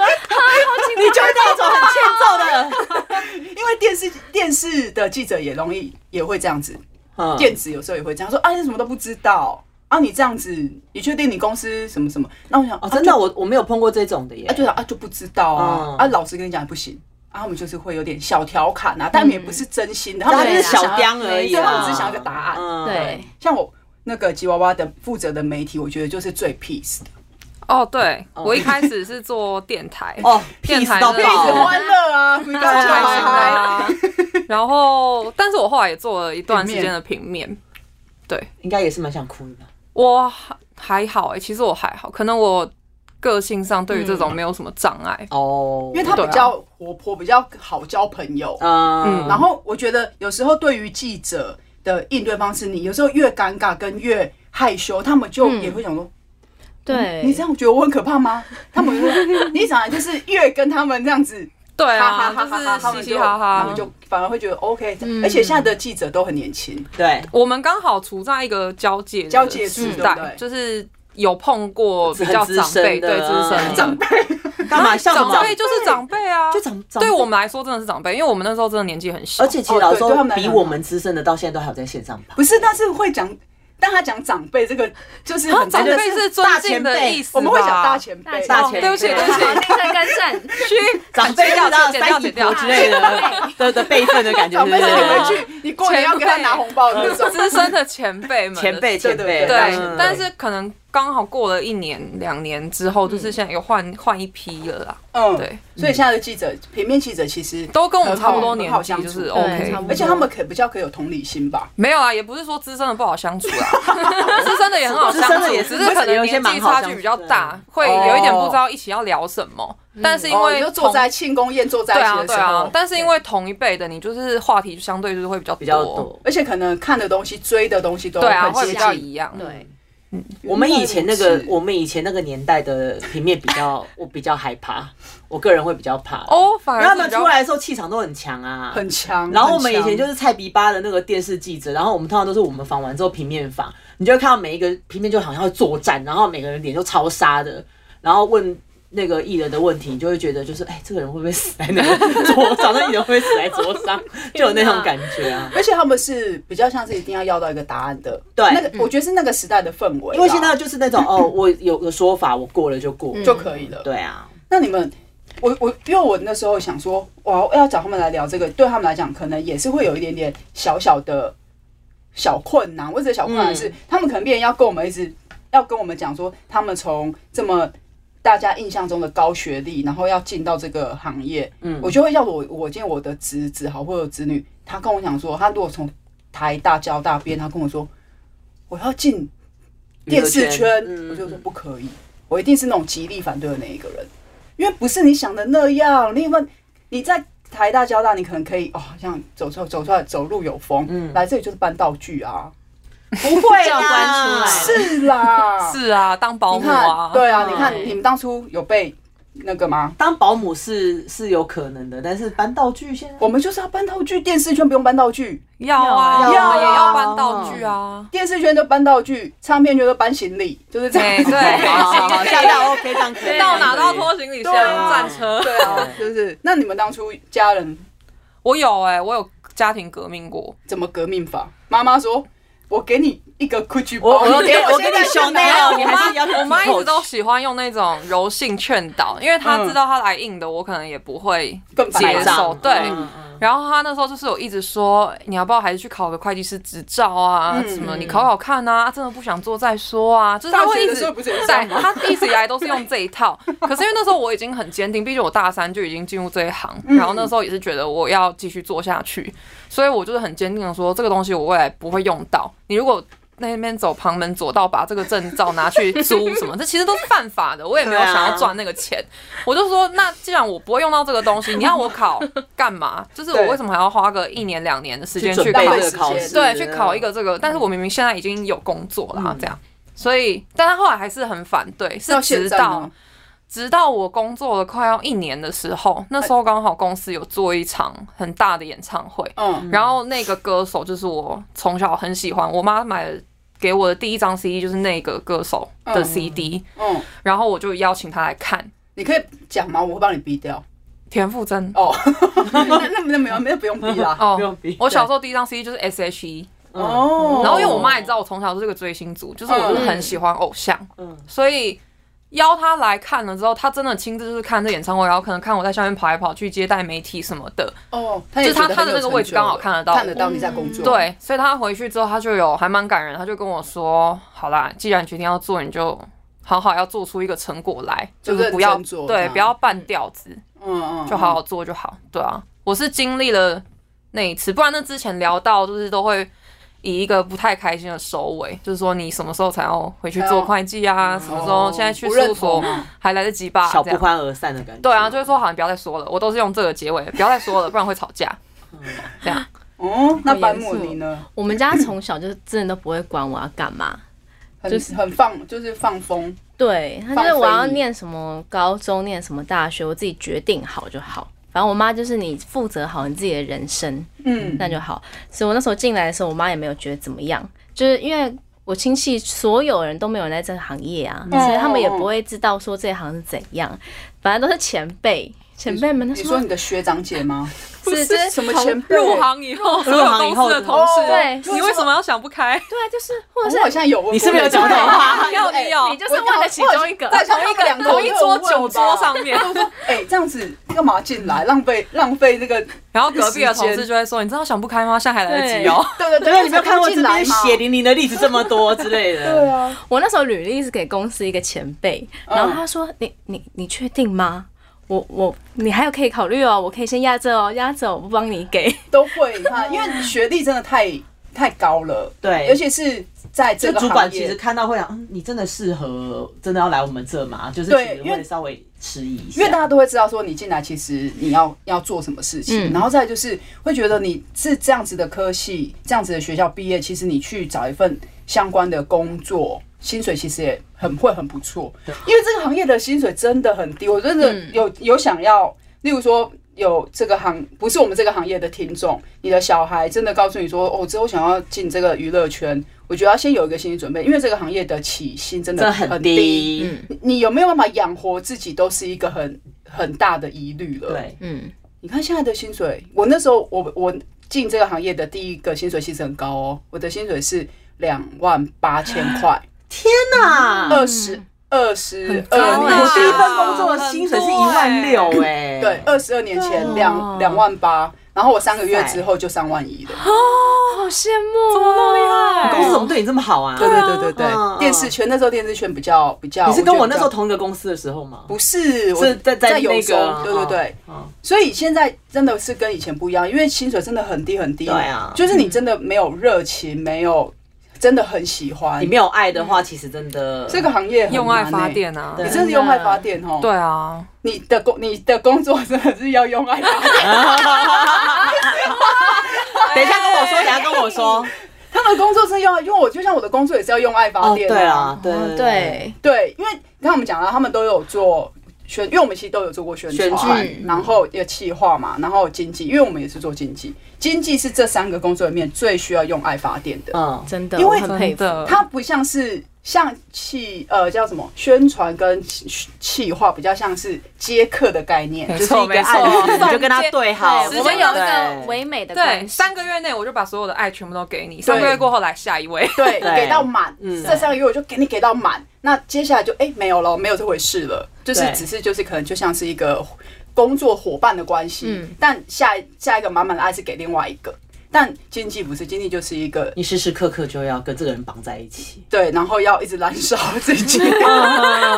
你就会那种很欠揍的， [laughs] 因为电视电视的记者也容易也会这样子，嗯电子有时候也会这样说啊，你什么都不知道啊，你这样子，你确定你公司什么什么？那我想哦，啊，真的，我我没有碰过这种的耶啊，，对啊，啊就不知道啊嗯，啊，老实跟你讲也不行。啊，他们就是会有点小调侃啊，但他们也不是真心的，他啊他们只就是是小想要刁而已对啦，他们只想要个答案嗯对，像我那个吉娃娃的负责的媒体，我觉得就是最 peace 的，哦，对我一开始是做电台，哦，电屁台到的爆哦欢乐 [laughs] 啊，回超家开小心的孩。啊。然后，但是我后来也做了一段时间的平面，应该也是蛮想哭的吧。我还好哎、其实我还好，可能我个性上对于这种没有什么障碍。哦，因为他比较活泼，比较好交朋友。嗯，然后我觉得有时候对于记者的应对方式，你有时候越尴尬跟越害羞，他们嗯就也会想说：“对，你这样觉得我很可怕吗？”他们就 [laughs] 说：“你长得就是越跟他们这样子，对哈哈啊，哈哈，他们就是就嘻嘻哈嗯他哈们。就反而会觉得 OK。”而且现在的记者都很年轻，对，我们刚好处在一个交界的交界处时对不代对，就是有碰过比较很资长深辈，的对资深的长辈，干嘛像什长么？辈就是长辈啊，就长长辈对我们来说真的是长辈，因为我们那时候真的年纪很小，而且其实老实哦对对他说们，来比讲我们资深的到现在都还有在线上跑。不是，但是会讲，但他讲长辈这个就是啊很长真的辈是尊敬大前的辈意思吧，我们会讲大前辈，大前辈对不起，对不好，起，立正跟正，去长辈剪要掉，到剪掉，三级剪掉头之类的的的辈分的感觉，长辈是你对会去，你过年要给他拿红包的那种。资深的前辈们的，前辈对前对辈，对对嗯，但是可能刚好过了一年两年之后，就是现在有换换一批了啦，嗯，对，所以现在的记者，嗯平面记者其实都跟我们差不多年很好纪，相就处是对差 OK 不。多而且他们可比较可以有同理心吧。没有啊，也不是说资深的不好相处啦， [laughs] 资深的也很好相资深处的，也是只是可能年纪差距比较大，会有一点不知道一起要聊什么。但是因哦为你就同坐在庆功宴坐在对一啊起的对时啊候，，但是因为同一辈的，你就是话题相对就是会比较比较多，多。而且可能看的东西、追的东西都对啊，很会接比较近。一样。对，我们以前那个原来如，此我们以前那个年代的平面比 [laughs] 较，我比较害怕，我个人会比较怕。哦，反然后而他们是比较出来的时候气场都很强啊，很强。然后我们以前就是是菜逼吧的那个电视记者，然后我们通常都是我们访完之后平面访，你就会看到每一个平面就好像要作战，然后每个人脸都超杀的，然后问那个艺人的问题，你就会觉得就是哎、这个人会不会死在那个桌上？那艺人会不会死在桌 [laughs] 上？就有那种感觉啊。而且他们是比较像是一定要要到一个答案的，对那嗯个我觉得是那个时代的氛围啦，因为现在就是那种哦，我有个说法，我过了就过，就可以了。对啊，那你们，我我因为我那时候想说，我要找他们来聊这个，对他们来讲可能也是会有一点点小小的小困难。我指的小困难是，他们可能变成要跟我们一直要跟我们讲说，他们从这么。大家印象中的高学历，然后要进到这个行业，嗯，我就会要我我见我的侄子好或者侄女，他跟我讲说，他如果从台大、交大边，他跟我说我要进电视圈，嗯我就说不可以，我一定是那种极力反对的那一个人，因为不是你想的那样。你问你在台大、交大，你可能可以哦，好像走出走出来走路有风，来这里就是搬道具啊，嗯不会啊教官出来了是啦，啊是啊，当保你姆啊看，，对啊，你对嗯看你们当初有被那个吗？当保姆是是有可能的，但是搬道具现在我们就是要搬道具，电视圈不用搬道具，要要啊啊，我们也要啊要搬道具啊，电视圈就搬道具，唱片圈就搬行李，就是这哎样。对，好好 [laughs] 好，下到 OK，这样可以，到哪都要拖行李箱、对啊战 [laughs] 车。对啊，就是那你们当初家人我有哎、我有家庭革命过，怎么革命法？妈妈说：“我给你一个 Gucci 我包，我给我我给现在你就熊拿了那样，你还是要我妈一直都扣喜欢用那种柔性劝导，因为嗯她知道她来硬的，我可能也不会更接白买账受。对，嗯嗯然后她那时候就是有一直说，你要不要还是去考个会计师执照啊？嗯什么你考考看啊，真的不想做再说啊。就是她大会学一的直时候不是也是这对，样吗他一直以来都是用这 [laughs] 一套。可是因为那时候我已经很坚定，毕竟我大三就已经进入这一行，嗯然后那时候也是觉得我要继续做下去，所以我就是很坚定的说，这个东西我未来不会用到。你如果那边走旁门左道，把这个证照拿去租什么，这其实都是犯法的。我也没有对啊想要赚那个钱，我就说，那既然我不会用到这个东西，你要我考 [laughs] 干嘛？就是我对为什么还要花个一年两年的时去间准去备考这个考试，对，去考一个这个，但是我明明现在已经有工作啦，嗯这样，所以，但他后来还是很反对，是到现直在到吗直到我工作了快要一年的时候，那时候刚好公司有做一场很大的演唱会，嗯，然后那个歌手就是我从小很喜欢，我妈买了给我的第一张 CD 就是那个歌手的嗯 CD，嗯，然后我就邀请他来看你可以讲吗？我会帮你逼掉。 [laughs] 田馥甄哦，那那那没有，那不用逼 [laughs] 啦。不用哦比。我小时候第一张 CD 就是 E，S.H.E，哦，嗯然后因为我妈也知道我从小就是个追星族，就是我就是很喜欢偶像，嗯所以邀他来看了之后，他真的亲自就是看这演唱会，然后可能看我在下面跑来跑去接待媒体什么的，哦，他就也是他觉得很他的那有个位成置就嗯刚好看得到看得我到你在工作，，对，所以他回去之后，他就有还蛮感人，他就跟我说：“好啦，既然决定要做，你就好好要做出一个成果来，就就是不要认真做这对，样不要半吊子，嗯嗯，就好好做就好。”对啊，我是经历了那一次，不然那之前聊到就是都会以一个不太开心的收尾，就是说你什么时候才要回去做会计啊？什么时候现在去不事认务所同啊还来得及吧？小不这样欢而散的感觉。对啊，就是说好，你不要再说了，我都是用这个结尾，不要再说了，不然会吵架。这样，哦，那好班严莫肃尼呢？ [laughs] 我们家从小就真的都不会管我要干嘛，很就是很放，就是放风，对他就放是飞我要你念什么高中，念什么大学，我自己决定好就好。反正我妈就是你负责好你自己的人生，嗯，那就好。所以我那时候进来的时候，我妈也没有觉得怎么样，就是因为我亲戚所有人都没有人在这个行业啊，嗯所以他们也不会知道说这行是怎样，反正都是前辈。前辈们，那你时说候你的学长姐吗？是就是什么同前辈？入行以后，所有公司的同事，啊对你为什么要想不开？对啊，就是或者我是好像有问过这个，你是不是有讲这种 [laughs] 话要你有你就是问了其中一个，在同一个两个同一桌酒桌上面。 [laughs] 面，哎，这样子干嘛进来？浪费浪费那个，然后隔壁的同事就会说：“你真的想不开吗？现在还来得及哦。对对对啊，你没有看过这进来边吗？血淋淋的例子这么多之类 [laughs] 的。对啊，我那时候履历是给公司一个前辈，嗯然后他说：“你你你确定吗？我我你还有可以考虑哦，我可以先压着哦，压着我不帮你给。都会你看，因为学历真的太太高了，对而且是在这这个主管行业其实看到会想，嗯，你真的适合，真的要来我们这吗？就是对其实因为会稍微迟疑一下，因为大家都会知道说你进来其实你要要做什么事情，嗯然后再来就是会觉得你是这样子的科系、这样子的学校毕业，其实你去找一份相关的工作，薪水其实也很会很不错，因为这个行业的薪水真的很低，我真的嗯有有想要，例如说。有这个行不是我们这个行业的听众，你的小孩真的告诉你说，哦，之后想要进这个娱乐圈，我觉得要先有一个心理准备，因为这个行业的起薪真真的的很很低低。嗯你你有没有办法养活自己，都是一个很很大的疑虑了。，对”，嗯，你看现在的薪水，我那时候我我进这个行业的第一个薪水其实很高哦，我的薪水是两万八千块，天哪！二十二十高二欸年我第一前，份工作的薪水是一万六，哎，对，二十二年前哦两两万八，然后我三个月之后就三万一 [laughs] 了。好羡慕、哦，怎么那么厉害公司怎么对你这么好啊？对对对对对，嗯嗯电视圈那时候电视圈比较比较，你是跟觉我得那时候比较同一个公司的时候吗？不是我是在在在有那个对对对，嗯，所以现在真的是跟以前不一样，因为薪水真的很低很低，对啊就是你真的没有热情，没有真的很喜欢你没有爱的话，其实真的 [laughs] 这个行业很难欸，用爱发电啊，你对真是用爱发电哦。对，啊，你的工你的工作真的是要用爱发 [laughs] 电，等一下跟我说，等一下跟我说。他们的工作是要，因为我就像我的工作也是要用爱发哦，电、对啊，，对哦，对，哎对，因为刚才我们讲了，他们都有做宣，因为我们其实都有做过宣传，宣传然后也企划嘛，然后经济，因为我们也是做经济，经济是这三个工作里面最需要用爱发电的。嗯，真的，因为我很佩真服。的，它不像是像气呃叫什么宣传跟气气化比较像是接客的概念，没就是错一没个爱，错， [laughs] 你就跟他对好。时间我们有一对个唯美的对关系，三个月内我就把所有的爱全部都给你，三个月过后来下一位。 [laughs] 对，对给到满，嗯这三个月我就给你给到满，那接下来就哎、没有了，没有这回事了，就是对只是就是可能就像是一个工作伙伴的关系，嗯但下一下一个满满的爱是给另外一个，但经济不是，经济就是一个你时时刻刻就要跟这个人绑在一起。对，然后要一直燃烧自己。嗯 [laughs]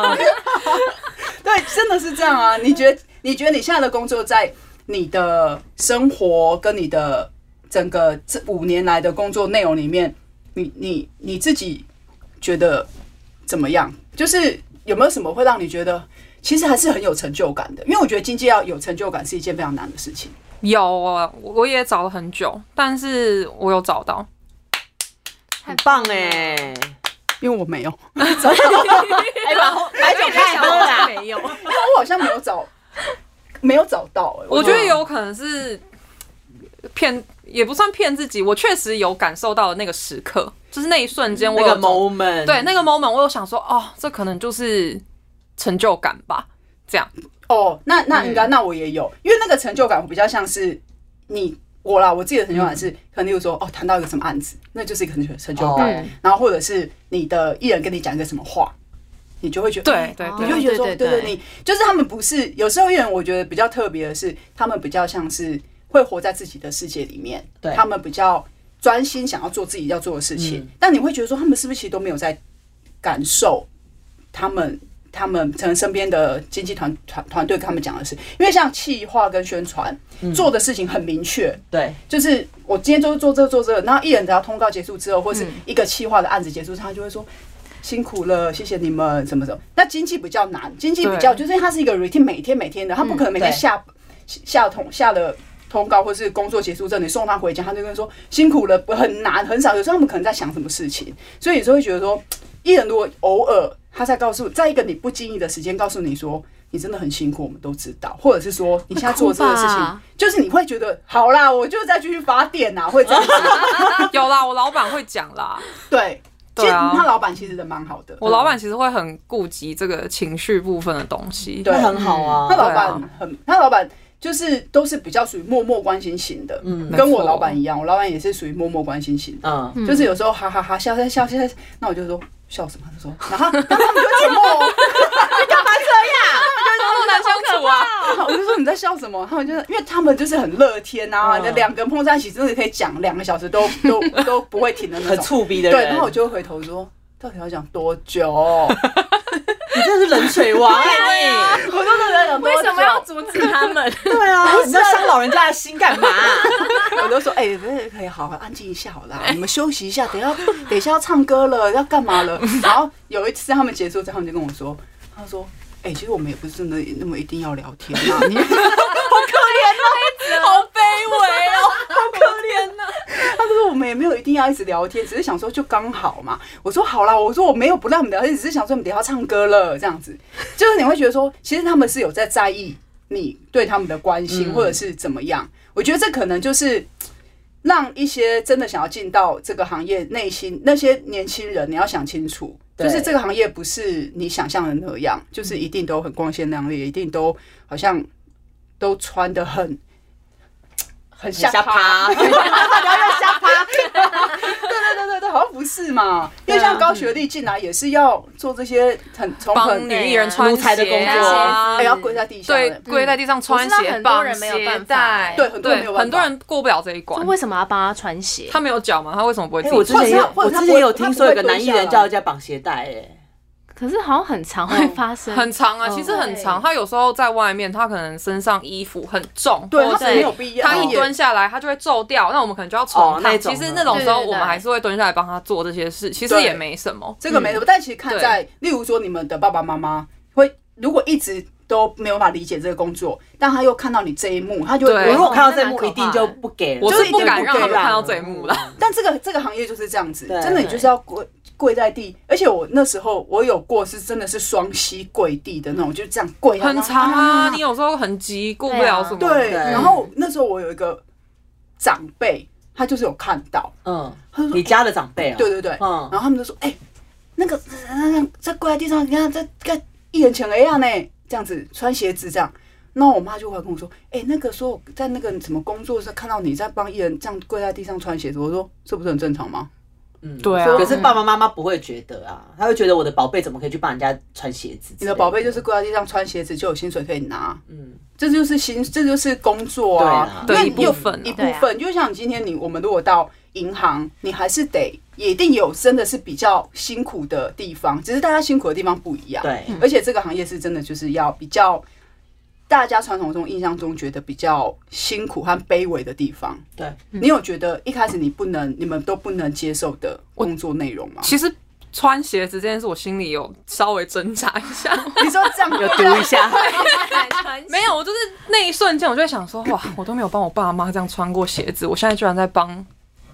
对，真的是这样啊！你觉得你觉得你现在的工作在你的生活跟你的整个这五年来的工作内容里面，你你你自己觉得怎么样？就是有没有什么会让你觉得其实还是很有成就感的？因为我觉得经济要有成就感是一件非常难的事情。有啊，我我也找了很久，但是我有找到，很棒欸哎、因为我没有，哎、把白酒太喝了，没有，我好像没有找，没有找到、欸。我觉得有可能是骗，也不算骗自己，我确实有感受到那个时刻，就是那一瞬间我那有个种 moment，对，那个 moment，我有想说，哦，这可能就是成就感吧，这样。哦，那那应该、那我也有，因为那个成就感比较像是你我啦，我自己的成就感是，可能例如说哦，谈到一个什么嗯案子，那就是一个成就成就感，哦然后或者是你的艺人跟你讲一个什么话，你就会觉得，哦嗯对对哦你对就会觉得说，哦对对对对，对你就是他们不是有时候艺人，我觉得比较特别的是，他们比较像是会活在自己的世界里面，对他们比较专心想要做自己要做的事情。嗯但你会觉得说，他们是不是其实都没有在感受他们他们可能身边的经纪团团团队跟他们讲的是，因为像企划跟宣传、嗯做的事情很明确，对，就是我今天就是做这个做这个，然后艺人只要通告结束之后，或是一个企划的案子结束，他就会说。辛苦了，谢谢你们，什么什么。那经济比较难，经济比较就是因为它是一个 routine，每天每天的，他不可能每天对下、下通下了通告或是工作结束之后，你送他回家，他就跟你说哦辛苦了，不很难很少。有时候他们可能在想什么事情，所以有时候会觉得说，艺人如果偶尔他在告诉，在一个你不经意的时间告诉你说。你真的很辛苦，我们都知道，或者是说你现在做这个事会哭情吧，就是你会觉得好啦，我就再继续发电呐、会这样子。有啦，我老板会讲啦。对，其对实啊他老板其实人蛮好的，我老板其实会很顾及这个情绪部分的东西。哦对那很好啊。他老对板很，他老板就是都是比较属于默默关心型的，嗯，没跟我错老板一样，我老板也是属于默默关心型的，嗯，就是有时候哈哈哈笑笑笑笑，笑那我就说笑什么？他就说，然后他他们就会沉默 [laughs] 哦，你干嘛好难相处啊！这样？我就说你在笑什么？他们就是因为他们就是很乐天啊，嗯两个人碰在一起真的可以讲两个小时都都都不会停的那很种。触鼻的人，对，然后我就会回头说，到底要讲多久？ [laughs] 你真的是冷水娃哎、你我就真的在讲多久？为什么要阻止他们？对啊，你要伤老人家的心干嘛、我都说，哎、不是可以好好安静一下好啦，你们休息一下，等一下等一下要唱歌了，要干嘛了？然后有一次他们结束之后，他们就跟我说，他说，哎、其实我们也不是真的那么一定要聊天啊，你好卑微哦，好可怜呐、他就说我们也没有一定要一直聊天，只是想说就刚好嘛。我说好啦，我说我没有不让你们聊天，只是想说你们等一下要唱歌了这样子，就是你会觉得说，其实他们是有在在意你对他们的关心、嗯或者是怎么样。我觉得这可能就是让一些真的想要进到这个行业内心那些年轻人，你要想清楚。对就是这个行业不是你想象的那样，就是一定都很光鲜亮丽，一定都好像都穿的很很下下趴趴，然 [laughs] 后又瞎趴。对对对对对，好像不是嘛？啊因为像高学历进来也是要做这些很从帮很女艺人穿奴才的工鞋作啊哎要跪在地下对的，跪在地上穿我知道鞋，很多绑人没有鞋办法带对很多人没有办法很多人过不了这一关。 [laughs] 为什么要帮他穿鞋？他没有脚嘛，他为什么不会哎、自我之己穿？前也有，或我者他之不会前也有听说有个他不会男艺人叫人家绑鞋带、哎可是好像很常会发生，很长哦啊，其实很长。他有时候在外面，他可能身上衣服很重，对，或他是没有必要，哦他一也蹲下来，他就会皱掉，那我们可能就要重哦看。那其种实的那种时候，对对我对们还是会蹲下来帮他做这些事，其实对也没什么。这个没什么，但其实看在，例如说你们的爸爸妈妈会，如果一直都没有办法理解这个工作，但他又看到你这一幕，他就会对觉我得如果说。看到这一幕，一定就哦不给了，我就是一不定敢不让他给们看啦到这一幕了。但这个这个行业就是这样子，对真的你就是要跪跪在地，而且我那时候我有过是真的是双膝跪地的那种，就这样跪，很然后长啊，你有时候很急，顾不了什么。对，啊对然后那时候我有一个长辈，他就是有看到，嗯，他就说你家的长辈啊、对对对，嗯然后他们就说，哎、那个呃在跪在地上，你看在跟一人前一样呢，这样子穿鞋子这样。那我妈就会跟我说：“哎、那个说我在那个什么工作上看到你在帮艺人这样跪在地上穿鞋子，我说这不是很正常吗？嗯，对啊可是爸爸妈妈不会觉得啊，他会觉得我的宝贝怎么可以去帮人家穿鞋子？你的宝贝就是跪在地上穿鞋子就有薪水可以拿，嗯，这就是薪，这就是工作啊，对啊因为对你有一部分啊一部分，就像你今天你我们如果到银行，你还是得也一定有真的是比较辛苦的地方，只是大家辛苦的地方不一样。对，而且这个行业是真的就是要比较大家传统中印象中觉得比较辛苦和卑微的地方。对，你有觉得一开始你不能、你们都不能接受的工作内容 [laughs] 吗？其实穿鞋子这件事，我心里有稍微挣扎一下。你说这样有读一下， [laughs] [laughs] 没有，我就是那一瞬间，我就在想说，哇，我都没有帮我爸妈这样穿过鞋子，我现在居然在帮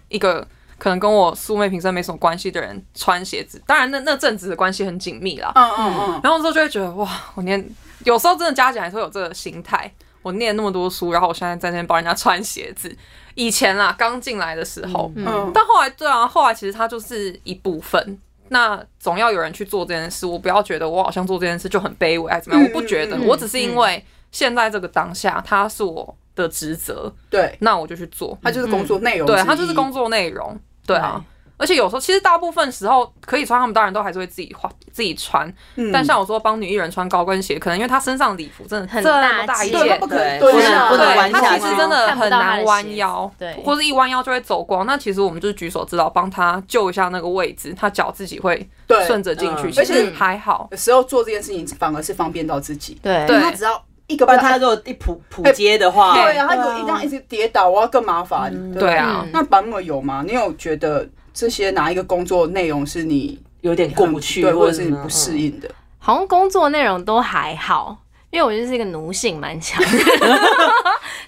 一个可能跟我素昧平生没什么关系的人穿鞋子。当然那， [laughs] 那阵子的关系很紧密啦。嗯嗯嗯，然后之后就会觉得，哇，我念有时候真的家长还是会有这个心态。我念那么多书，然后我现在在那边帮人家穿鞋子。以前啦，刚进来的时候，嗯但后来对啊，后来其实它就是一部分。那总要有人去做这件事，我不要觉得我好像做这件事就很卑微，还是怎么样？嗯我不觉得，嗯我只是因为现在这个当下，它是我的职责，对，那我就去做。它就是工作内容之一，对，它就是工作内容。对啊，而且有时候其实大部分时候可以穿，他们当然都还是会自己花自己穿。嗯但像我说帮女艺人穿高跟鞋，可能因为她身上礼服真的很这大么大一件对，他件不。可能对蹲下，不能对，弯下她去其实真的很难弯腰，看不到她的鞋子对或者一弯腰就会走光。那其实我们就是举手之劳，帮她救一下那个位置，她脚自己会对顺着进去，嗯其实嗯还好。有时候做这件事情反而是方便到自己，对对他只要一个不半然他如果一普普街的话，哎对啊，他如果一这样一直跌倒，我要更麻烦。对啊嗯那版本有吗？你有觉得这些哪一个工作内容是你有点过不去，对，或者是你嗯不适。应的？好像工作内容都还好，因为我就是一个奴性蛮 [laughs] 强的。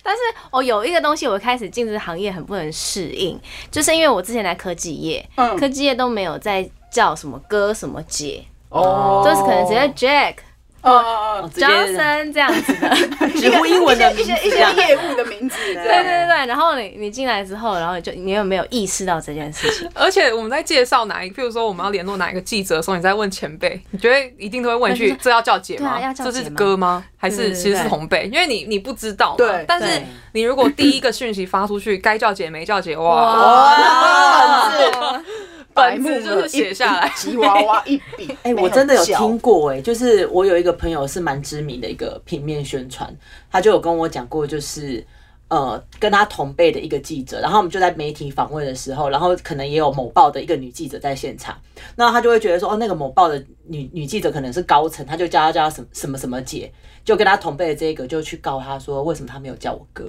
但是我有一个东西，我开始进这行业很不能适应，就是因为我之前在科技业，嗯科技业都没有在叫什么哥什么姐，哦就是可能直接 Jack、嗯嗯哦嗯直接 Johnson 这样子 [laughs] 的。直呼英文的名一字些一些这样业务的名字，对 [laughs] 对对对，然后你你进来之后，然后你就你有没有意识到这件事情？而且我们在介绍哪一个，譬如说我们要联络哪一个记者的时候，你在问前辈，你觉得一定都会问一对句：就是这要叫姐吗？对啊要叫姐这吗是哥吗？还对对是对其实是同辈？因为你你不知道嘛。对但是对你如果第一个讯息发出去，该叫姐没叫姐，哇，哦哦哇，本子就是写下来。吉娃娃一笔。 [laughs] 哎、我真的有听过哎、就是我有一个朋友是蛮知名的一个平面宣传，他就有跟我讲过，就是呃跟他同辈的一个记者，然后我们就在媒体访问的时候，然后可能也有某报的一个女记者在现场，那他就会觉得说，哦，那个某报的女女记者可能是高层，他就叫她叫她什么什么什么姐，就跟他同辈的这个就去告他说，为什么他没有叫我 [gasps] 哥，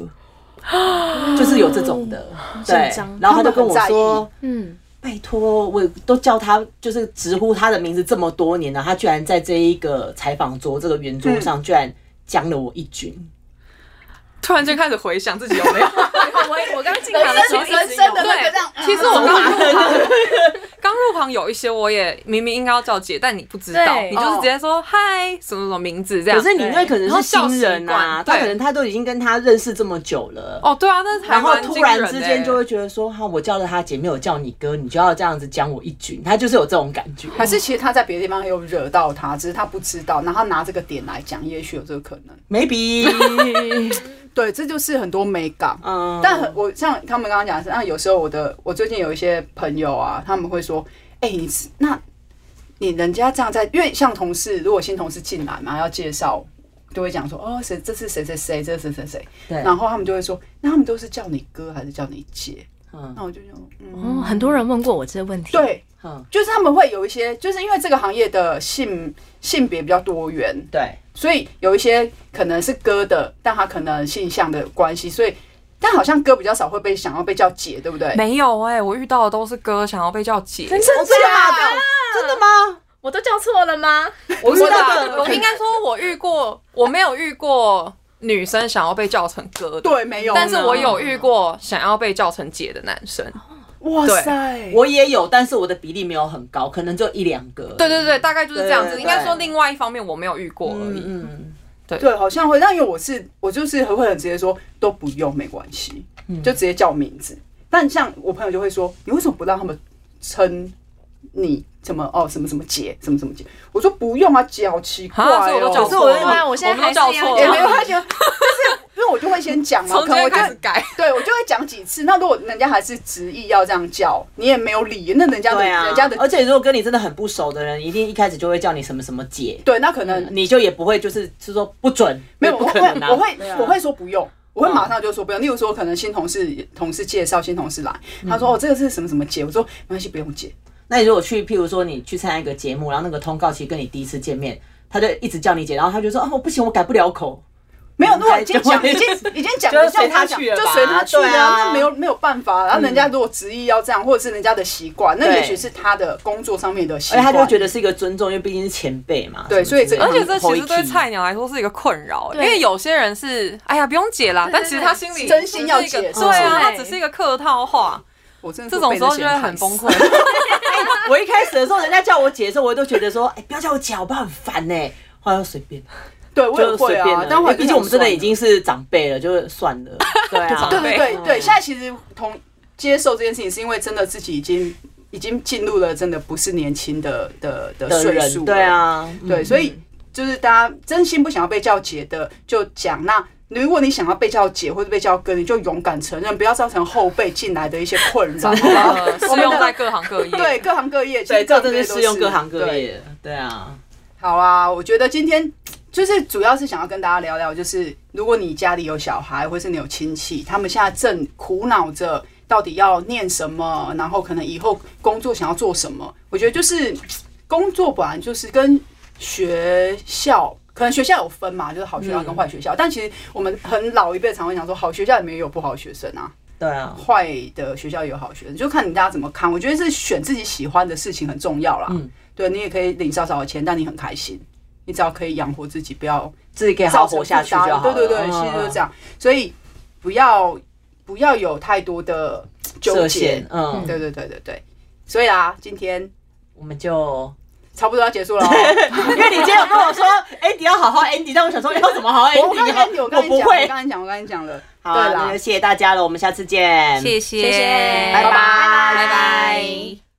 就是有这种的，对紧张，然后他就跟我他们很在说意。嗯，拜托，我都叫他就是直呼他的名字这么多年了，他居然在这一个采访桌这个圆桌上，居然将了我一军。突然间开始回想自己有没有。 [laughs] 我我刚进来的时候人生人生的那个这样，其实我刚入行， [laughs] 刚入行有一些我也明明应该要叫姐，但你不知道，对你就是直接说嗨什么什么名字这样可。是你那可能是新人啊，然后笑习惯对他可能他都已经跟他认识这么久了。哦，对啊，那是还然后蛮突惊人然的之欸间就会觉得说，哈，我叫了他姐，没有叫你哥，你就要这样子将我一军，他就是有这种感觉。还是其实他在别的地方有惹到他，只是他不知道，然后他拿这个点来讲，也许有这个可能。 [laughs] maybe，对，这就是很多美感。嗯，但很我像他们刚刚讲的是，那有时候我的我最近有一些朋友啊，他们会说，哎、你是那你人家这样在，因为像同事，如果新同事进来嘛，要介绍，就会讲说，哦，谁这是谁谁谁，这是谁谁谁，对然后他们就会说，那他们都是叫你哥还是叫你姐？嗯那我就想，嗯，哦，很多人问过我这个问题。，对，嗯，就是他们会有一些，就是因为这个行业的性性别比较多元，对，所以有一些可能是哥的，但他可能性向的关系，所以但好像哥比较少会被想要被叫姐，对不对？没有哎、我遇到的都是哥想要被叫姐，真假的？真的吗？我都叫错了吗？我不遇是到吧？我的应该说，我遇过，我没有遇过女生想要被叫成哥的，对，没有呢。但是我有遇过想要被叫成姐的男生。哇塞，我也有，但是我的比例没有很高，可能就一两个。对对对，大概就是这样对子。对应该说，另外一方面我没有遇过而已。嗯嗯。对好像会，但因为我是我就是会很直接说都不用没关系，嗯就直接叫名字。但像我朋友就会说，你为什么不让他们称你什么哦什么什么姐什么什么姐？我说不用啊，姐好奇怪啊，所以我都哦叫。可是错我了，对啊我现在们都叫还是错要也哎讲没有了，关系，啊就是因为我就会先讲嘛， [laughs] 从可今能我天就开始改。对，我就会讲几次。那如果人家还是执意要这样叫，你也没有理，那人家的、对啊，人家的而且如果跟你真的很不熟的人，一定一开始就会叫你什么什么姐，对，那可能、你就也不会就是就是说不准，没有，嗯也不我可会能啊。我会、对啊我会说不用。我会马上就说不用，例如说可能新同事同事介绍新同事来，他说、哦这个是什么什么姐，我说没关系不用姐，那你如果去，譬如说你去参加一个节目，然后那个通告其实跟你第一次见面，他就一直叫你姐，然后他就说啊我不行，我改不了口。没嗯有，如果已经讲对已经已经讲了，就像随他他讲去了吧就随他去对啊啊，那没有没有办法。然后人家如果执意要这样，或者是人家的习惯，那对也许是他的工作上面的习而且惯，哎他就会觉得是一个尊重，因为毕竟是前辈嘛。对什么之类的而且这其实会对提菜鸟来说是一个困扰、欸对因为有些人是哎呀不用解啦，但其实他心里真心要只是一个解释对啊，对他只是一个客套话，我真的这种时候就会很 [laughs] 崩。溃。我一开始的时候，人家叫我姐的时候，我都觉得说，哎、不要叫我姐，好不好？很烦呢、 [laughs] 后来就随便，对，我也就会随便啊了。，但因我为毕啊竟我们真的已经是长辈了，就是算了。 [laughs] 对啊，长对辈对对，嗯现在其实同接受这件事情，是因为真的自己已经已经进入了真的不是年轻的的的的岁人，数，嗯对，啊，对，所以就是大家真心不想要被叫姐的，就讲那。如果你想要被叫姐或者被叫哥，你就勇敢承认，不要造成后辈进来的一些困 [laughs] 扰。真的呃适用在各行各业。对，各行各业，其对，实这各行真的各业都适用各行各对业。对啊，好啊，我觉得今天就是主要是想要跟大家聊聊，就是如果你家里有小孩，或是你有亲戚，他们现在正苦恼着到底要念什么，然后可能以后工作想要做什么。我觉得就是工作本来就是跟学校。可能学校有分嘛，就是好学校跟坏学校。但其实我们很老一辈常会讲说，好学校里面也有不好的学生啊，对啊，坏的学校也有好学生，就看你大家怎么看。我觉得是选自己喜欢的事情很重要啦。嗯对你也可以领少少的钱，但你很开心，你只要可以养活自己，不要自己可以好造好成活下去就负担好了。啊对对对，其实就是这样。所以不要不要有太多的纠设结限。。嗯，对对对对对。所以啊，今天我们就差不多要结束了 [laughs] 哦。因为你今天有跟 [laughs] 我说 Andy 要好好 Andy，但我想说要怎么好好哎我刚 Andy 才我啊？刚才不讲，我会。刚才讲，我刚才讲了。好啊，对啦那就谢谢大家了，我们下次见。谢谢，谢谢拜拜拜拜拜。